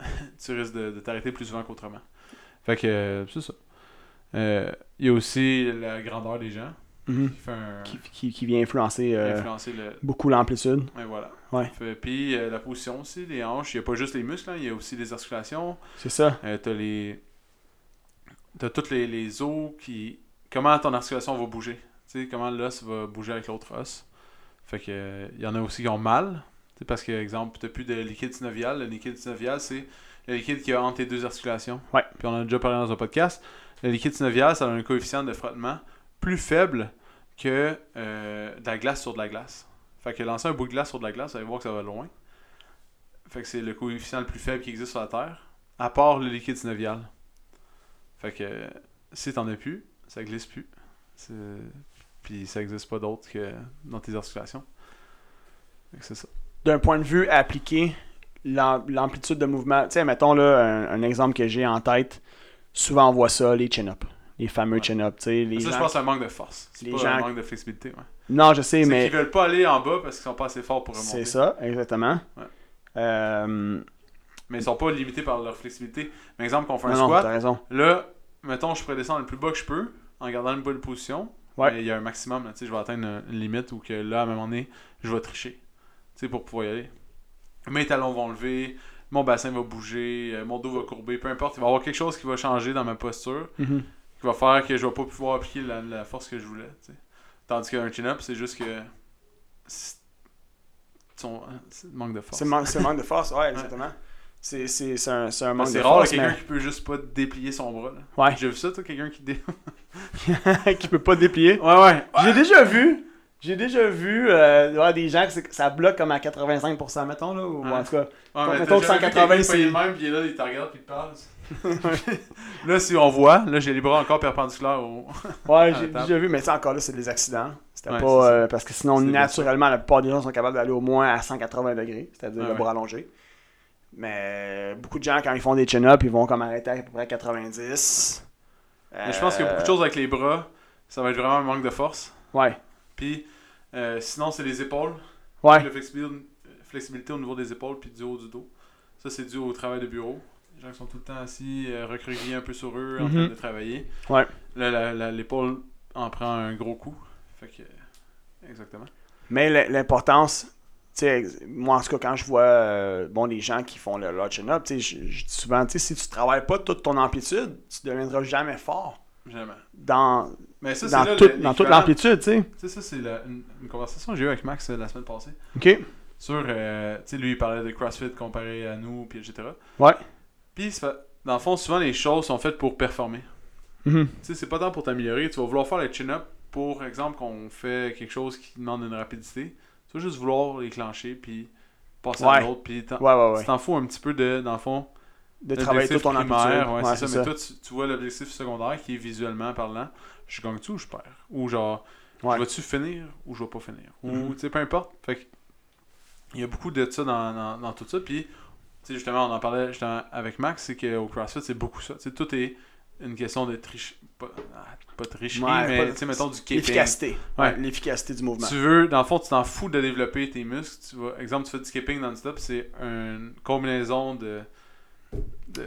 Speaker 1: euh, *laughs* tu risques de, de t'arrêter plus souvent qu'autrement. Fait que euh, c'est ça. Euh, Il y a aussi la grandeur des gens
Speaker 2: Mhm.
Speaker 1: qui fait un- euh,
Speaker 2: Qui, qui, qui vient influencer euh,
Speaker 1: influencer le.
Speaker 2: beaucoup l'amplitude.
Speaker 1: Ouais, voilà.
Speaker 2: Ouais.
Speaker 1: Fait- Puis euh, la position aussi, les hanches, il n'y a pas juste les muscles, hein, il y a aussi les articulations.
Speaker 2: C'est ça.
Speaker 1: Euh, t'as les. T'as toutes les, les os qui. Comment ton articulation va bouger. Tu sais, comment l'os va bouger avec l'autre os. Fait que. euh, Il y en a aussi qui ont mal. Tu sais, parce que, exemple, t'as plus de liquide synovial. Le liquide synovial, c'est le liquide qui est entre tes deux articulations.
Speaker 2: Ouais.
Speaker 1: Puis on en a déjà parlé dans un podcast. Le liquide synovial, ça a un coefficient de frottement plus faible que euh, de la glace sur de la glace. Fait que lancer un bout de glace sur de la glace, vous allez voir que ça va loin. Fait que c'est le coefficient le plus faible qui existe sur la Terre, à part le liquide synovial. Fait que euh, si t'en as plus, ça glisse plus. C'est- Puis ça existe pas d'autre que dans tes articulations. Fait que c'est ça.
Speaker 2: d'un point de vue appliqué, l'am- l'amplitude de mouvement. Tu sais, mettons là, un, un exemple que j'ai en tête. Souvent, on voit ça, les chin-up. les fameux
Speaker 1: Ouais.
Speaker 2: chin-up, tu sais. les
Speaker 1: ça, je
Speaker 2: gens-
Speaker 1: pense que c'est un manque de force. C'est
Speaker 2: les
Speaker 1: pas un
Speaker 2: gens-
Speaker 1: manque de flexibilité. Ouais.
Speaker 2: Non, je sais,
Speaker 1: C'est
Speaker 2: mais
Speaker 1: qu'ils veulent pas aller en bas parce qu'ils sont pas assez forts pour remonter.
Speaker 2: c'est ça, exactement.
Speaker 1: Ouais.
Speaker 2: Euh,
Speaker 1: Mais ils sont pas limités par leur flexibilité. Par exemple, qu'on fait un
Speaker 2: non, non,
Speaker 1: squat,
Speaker 2: t'as raison.
Speaker 1: là, mettons, je pourrais descendre le plus bas que je peux en gardant une bonne position.
Speaker 2: Ouais.
Speaker 1: Mais il y a un maximum, là, tu sais, je vais atteindre une- une limite où que là, à un moment donné, je vais tricher. Tu sais, pour pouvoir y aller. Mes talons vont lever, mon bassin va bouger, euh, mon dos va courber, peu importe. Il va y avoir quelque chose qui va changer dans ma posture
Speaker 2: Mhm.
Speaker 1: qui va faire que je vais pas pouvoir appliquer la, la force que je voulais. tu sais. Tandis qu'un chin-up, c'est juste que. c'est- Son c'est le manque de force.
Speaker 2: C'est man- c'est manque de
Speaker 1: *laughs*
Speaker 2: force, ouais, exactement. C'est- C'est c'est un, c'est un
Speaker 1: Parce
Speaker 2: manque
Speaker 1: que
Speaker 2: de
Speaker 1: C'est rare là,
Speaker 2: force.
Speaker 1: quelqu'un qui peut juste pas déplier son bras. là.
Speaker 2: Ouais.
Speaker 1: J'ai vu ça, toi, quelqu'un qui dé...
Speaker 2: mais... *laughs* qui peut pas déplier.
Speaker 1: Ouais, ouais.
Speaker 2: J'ai déjà vu, j'ai déjà vu euh, ouais, des gens que c'est- ça bloque comme à 85%, mettons, là, ou
Speaker 1: Ouais.
Speaker 2: en tout cas.
Speaker 1: ouais mais
Speaker 2: Mettons que
Speaker 1: t'as jamais vu
Speaker 2: 180,
Speaker 1: quelqu'un qui
Speaker 2: c'est-
Speaker 1: paye le même, puis il est là, il te regarde, puis il te parle. *laughs* là, si on voit, là, j'ai les bras encore perpendiculaires au. Ah,
Speaker 2: Ouais, j'ai
Speaker 1: attends.
Speaker 2: déjà vu, mais ça encore là, c'est des accidents. C'était
Speaker 1: Ouais,
Speaker 2: pas.
Speaker 1: c'est ça.
Speaker 2: euh, parce que sinon,
Speaker 1: C'est bien
Speaker 2: naturellement, la plupart des gens sont capables d'aller au moins à 180 degrés, c'est-à-dire
Speaker 1: Ouais,
Speaker 2: le
Speaker 1: ouais.
Speaker 2: bras allongé. Mais euh, beaucoup de gens, quand ils font des chin-ups, ils vont comme arrêter à peu près à 90.
Speaker 1: Mais je pense qu'il y a beaucoup de
Speaker 2: Euh.
Speaker 1: choses avec les bras, ça va être vraiment un manque de force.
Speaker 2: Ouais,
Speaker 1: Puis, euh, sinon, c'est les épaules.
Speaker 2: ouais.
Speaker 1: La flexibil- flexibilité au niveau des épaules puis du haut du dos. Ça, c'est dû au travail de bureau. Les gens qui sont tout le temps assis, euh, recroquevillés un peu sur eux, en train
Speaker 2: Mhm.
Speaker 1: de travailler.
Speaker 2: Ouais.
Speaker 1: Là, la- la- l'épaule en prend un gros coup. Fait que. Exactement.
Speaker 2: Mais l- l'importance, tu sais, ex- moi en tout cas, quand je vois euh, bon, les gens qui font le, leur chin-up, tu sais, je je dis souvent, tu sais, si tu travailles pas toute ton amplitude, tu deviendras jamais fort
Speaker 1: Jamais.
Speaker 2: dans,
Speaker 1: Mais ça, c'est
Speaker 2: dans,
Speaker 1: là,
Speaker 2: tout-
Speaker 1: le-
Speaker 2: dans toute
Speaker 1: l'équivalent-
Speaker 2: l'amplitude, tu sais.
Speaker 1: Tu sais, ça, c'est la- une, une conversation que j'ai eue avec Max euh, la semaine passée.
Speaker 2: OK?
Speaker 1: Sur. euh, tu sais, lui, il parlait de CrossFit comparé à nous, puis etc.
Speaker 2: Ouais.
Speaker 1: Puis, ça fait- dans le fond, souvent, les choses sont faites pour performer.
Speaker 2: Mhm.
Speaker 1: Tu sais, c'est pas tant pour t'améliorer. Tu vas vouloir faire le chin-up pour exemple qu'on fait quelque chose qui demande une rapidité. Tu vas juste vouloir l'éclencher puis passer à
Speaker 2: Ouais.
Speaker 1: l'autre. Puis t'en-
Speaker 2: Ouais, ouais,
Speaker 1: tu
Speaker 2: ouais.
Speaker 1: t'en fous un petit peu de, dans le fond,
Speaker 2: De travailler
Speaker 1: l'objectif
Speaker 2: toute ton amplitude.
Speaker 1: primaire. Ouais,
Speaker 2: Ouais,
Speaker 1: c'est ça. Mais toi, tu, tu vois l'objectif secondaire qui est visuellement parlant. Je gagne tout ou je perds Ou genre,
Speaker 2: Ouais.
Speaker 1: je vais-tu finir ou je vais pas finir Ou
Speaker 2: Mhm.
Speaker 1: tu sais, peu importe. Fait que, il y a beaucoup de ça dans, dans, dans tout ça. Puis, tu sais, justement, on en parlait justement avec Max, c'est qu'au CrossFit, c'est beaucoup ça. Tu sais, tout est une question de triche. Pas, ah, pas tricherie,
Speaker 2: Ouais,
Speaker 1: mais
Speaker 2: pas de-
Speaker 1: tu sais, mettons du kipping.
Speaker 2: L'efficacité.
Speaker 1: Ouais.
Speaker 2: Ouais, L'efficacité du mouvement.
Speaker 1: Tu veux, dans le fond, tu t'en fous de développer tes muscles. Tu vas, exemple, tu fais du skipping non-stop, c'est une combinaison de. de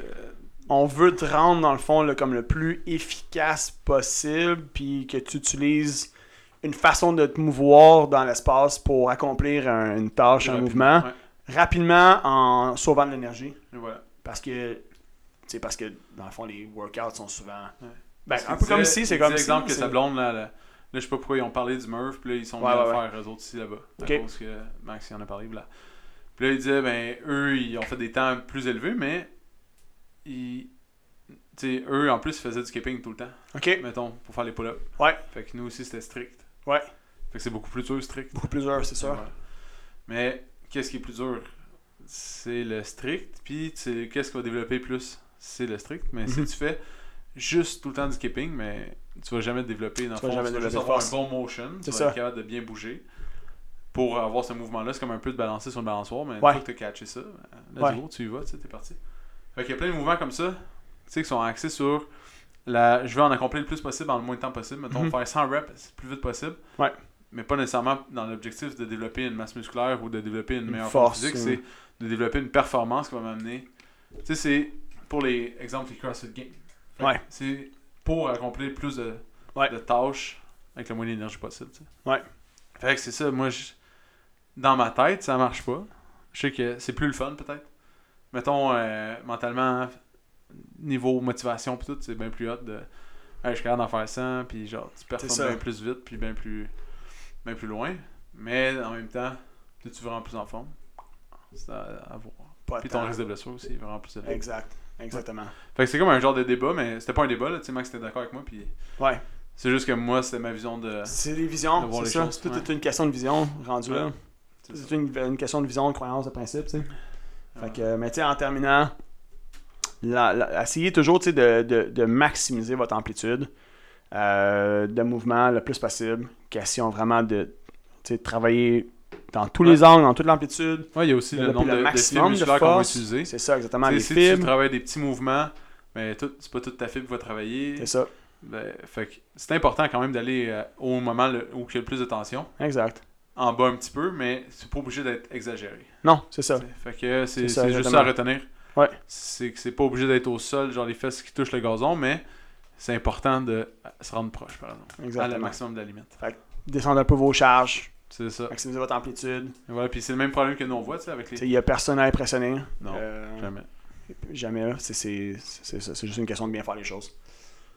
Speaker 2: On veut te rendre, dans le fond, là, comme le plus efficace possible, puis que tu utilises une façon de te mouvoir dans l'espace pour accomplir un- une tâche, un
Speaker 1: rapidement.
Speaker 2: mouvement,
Speaker 1: Ouais,
Speaker 2: rapidement en sauvant de l'énergie.
Speaker 1: et voilà.
Speaker 2: Parce que, c'est parce que, dans le fond, les workouts sont souvent.
Speaker 1: Ouais.
Speaker 2: Ben,
Speaker 1: Parce
Speaker 2: un
Speaker 1: qu'il
Speaker 2: peu comme
Speaker 1: disait-
Speaker 2: si, c'est
Speaker 1: il
Speaker 2: comme
Speaker 1: disait
Speaker 2: si.
Speaker 1: exemple que
Speaker 2: c'est-
Speaker 1: sa blonde, là, là, là, je sais pas pourquoi ils ont parlé du Murph, puis là, ils sont
Speaker 2: Ouais,
Speaker 1: venus
Speaker 2: ouais,
Speaker 1: le
Speaker 2: ouais.
Speaker 1: faire, eux autres, ici, là-bas.
Speaker 2: Ok.
Speaker 1: À cause que Max y en a parlé, voilà. Puis là, il disait, ben, eux, ils ont fait des temps plus élevés, mais ils... tu sais, eux, en plus, ils faisaient du skipping tout le temps,
Speaker 2: Ok,
Speaker 1: mettons, pour faire les pull-ups.
Speaker 2: Ouais.
Speaker 1: Fait que nous aussi, c'était strict.
Speaker 2: Ouais.
Speaker 1: Fait que c'est beaucoup plus dur, strict.
Speaker 2: beaucoup plus heureux, c'est ça.
Speaker 1: Ouais. Mais qu'est-ce qui est plus dur C'est le strict. Puis c'est- qu'est-ce qui va développer plus C'est le strict. Mais si
Speaker 2: Mhm.
Speaker 1: tu fais juste tout le temps du skipping, mais tu vas jamais développer dans
Speaker 2: Tu
Speaker 1: le
Speaker 2: vas
Speaker 1: fond,
Speaker 2: jamais
Speaker 1: tu vas juste
Speaker 2: développer de
Speaker 1: avoir un
Speaker 2: force.
Speaker 1: bon motion. Tu
Speaker 2: C'est
Speaker 1: vas
Speaker 2: ça.
Speaker 1: être capable de bien bouger. Pour avoir ce mouvement-là, c'est comme un peu de balancer sur le balançoire, mais une
Speaker 2: Ouais.
Speaker 1: fois que tu as catché ça, là,
Speaker 2: Ouais.
Speaker 1: tu y vas, tu sais, t'es parti. Fait qu'il y a plein de mouvements comme ça, tu sais, qui sont axés sur la, je veux en accomplir le plus possible en le moins de temps possible. Mettons,
Speaker 2: Mhm.
Speaker 1: faire 100 reps le plus vite possible.
Speaker 2: Ouais.
Speaker 1: Mais pas nécessairement dans l'objectif de développer une masse musculaire ou de développer une,
Speaker 2: Une
Speaker 1: meilleure
Speaker 2: force,
Speaker 1: forme physique.
Speaker 2: ouais.
Speaker 1: C'est de développer une performance qui va m'amener. Tu sais, c'est pour les exemples les CrossFit Games. Fait que
Speaker 2: Ouais.
Speaker 1: C'est pour accomplir plus de,
Speaker 2: Ouais.
Speaker 1: de tâches avec le moins d'énergie possible. tu sais.
Speaker 2: Ouais.
Speaker 1: Fait que c'est ça, moi, je- dans ma tête, ça marche pas. Je sais que c'est plus le fun, peut-être. Mettons, euh, mentalement, niveau motivation, pis tout, c'est bien plus hot de. Hey, je suis capable d'en faire 100, puis genre, tu
Speaker 2: ça.
Speaker 1: performes bien plus vite, puis bien plus, bien plus loin. Mais en même temps, tu es vraiment plus en forme. C'est à, à voir.
Speaker 2: Pas
Speaker 1: Puis ton
Speaker 2: tant.
Speaker 1: risque de blessure aussi est vraiment plus élevé.
Speaker 2: Exact, exactement.
Speaker 1: Fait que c'est comme un genre de débat, mais c'était pas un débat, là. Tu sais, Max, t'es d'accord avec moi, puis
Speaker 2: Ouais.
Speaker 1: c'est juste que moi, c'était ma vision de.
Speaker 2: C'est des
Speaker 1: de
Speaker 2: visions,
Speaker 1: voir
Speaker 2: c'est
Speaker 1: les
Speaker 2: ça.
Speaker 1: choses,
Speaker 2: Tout
Speaker 1: ouais.
Speaker 2: est une question de vision rendue
Speaker 1: Ouais,
Speaker 2: là.
Speaker 1: c'est
Speaker 2: C'est
Speaker 1: ça.
Speaker 2: une, une question de vision, de croyance, de principe, tu sais.
Speaker 1: Ouais.
Speaker 2: Fait que, euh, mais tu sais, en terminant, la- la- essayez toujours, tu sais, de, de- de maximiser votre amplitude euh, de mouvement le plus possible. Question vraiment de, tu sais, de travailler dans tous
Speaker 1: Ouais.
Speaker 2: les angles, dans toute l'amplitude.
Speaker 1: Ouais, il y a aussi le
Speaker 2: Développer
Speaker 1: nombre de,
Speaker 2: le
Speaker 1: de fibres
Speaker 2: maximum de
Speaker 1: musculaires qu'on va
Speaker 2: force.
Speaker 1: utiliser.
Speaker 2: C'est ça,
Speaker 1: Tu
Speaker 2: exactement,
Speaker 1: sais,
Speaker 2: les
Speaker 1: si tu
Speaker 2: fibres.
Speaker 1: ben, travailles des petits mouvements, mais tout- c'est pas toute ta fibre qui va travailler.
Speaker 2: C'est ça.
Speaker 1: Ben, fait que c'est important quand même d'aller euh, au moment le- où il y a le plus de tension,
Speaker 2: Exact.
Speaker 1: en bas un petit peu, mais c'est pas obligé d'être exagéré.
Speaker 2: Non, c'est ça.
Speaker 1: t'sais. Fait que euh, c'est
Speaker 2: C'est ça,
Speaker 1: c'est juste ça
Speaker 2: exactement.
Speaker 1: à retenir.
Speaker 2: Ouais.
Speaker 1: C'est que c'est pas obligé d'être au sol, genre les fesses qui touchent le gazon, mais c'est important de se rendre proche, par exemple. À le
Speaker 2: Exactement.
Speaker 1: maximum de la limite.
Speaker 2: Descendre un peu vos charges,
Speaker 1: C'est ça.
Speaker 2: maximiser votre amplitude.
Speaker 1: Et voilà, puis c'est le même problème que nous on voit, tu sais, avec
Speaker 2: Tu sais,
Speaker 1: les.
Speaker 2: Il n'y a personne à impressionner.
Speaker 1: Non,
Speaker 2: Euh,
Speaker 1: jamais.
Speaker 2: jamais. là. C'est- C'est c'est ça. C'est juste une question de bien faire les choses.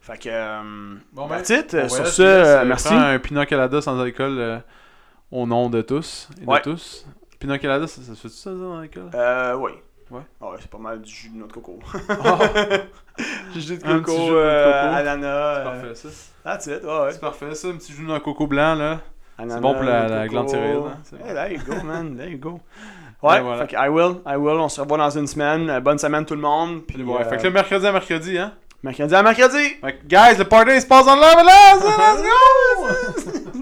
Speaker 2: Fait que. euh,
Speaker 1: Bon,
Speaker 2: that's
Speaker 1: ben,
Speaker 2: it.
Speaker 1: on
Speaker 2: Sur
Speaker 1: voyage,
Speaker 2: ce,
Speaker 1: puis,
Speaker 2: euh,
Speaker 1: c'est-
Speaker 2: merci.
Speaker 1: prends un Pinot Colada sans alcool euh, au nom de tous et
Speaker 2: Ouais.
Speaker 1: de tous. Pinot Colada, ça, ça se fait-tu ça, ça, dans
Speaker 2: *laughs*
Speaker 1: l'alcool?
Speaker 2: Euh, oui.
Speaker 1: Ouais.
Speaker 2: ouais, c'est pas mal du jus de
Speaker 1: *laughs*
Speaker 2: notre coco.
Speaker 1: Oh,
Speaker 2: euh, jus de
Speaker 1: Un petit jus
Speaker 2: coco,
Speaker 1: de
Speaker 2: euh,
Speaker 1: coco.
Speaker 2: ananas.
Speaker 1: c'est
Speaker 2: euh,
Speaker 1: parfait, ça.
Speaker 2: That's it, ouais, ouais.
Speaker 1: C'est parfait, ça. Un petit jus d'un coco blanc, là.
Speaker 2: Ananas,
Speaker 1: bon pour la- la
Speaker 2: coco.
Speaker 1: glande thyroïde, hein, c'est
Speaker 2: Hey,
Speaker 1: bon.
Speaker 2: there you go, man. There
Speaker 1: *laughs*
Speaker 2: you go. Ouais,
Speaker 1: Et voilà.
Speaker 2: fait que I will, I will. On se revoit dans une semaine. Euh, Bonne semaine, tout le monde. Puis,
Speaker 1: Puis ouais,
Speaker 2: euh,
Speaker 1: fait que le mercredi à mercredi, hein.
Speaker 2: mercredi à mercredi.
Speaker 1: Fait que, guys, le party se passe en love,
Speaker 2: Uh-huh.
Speaker 1: let's go!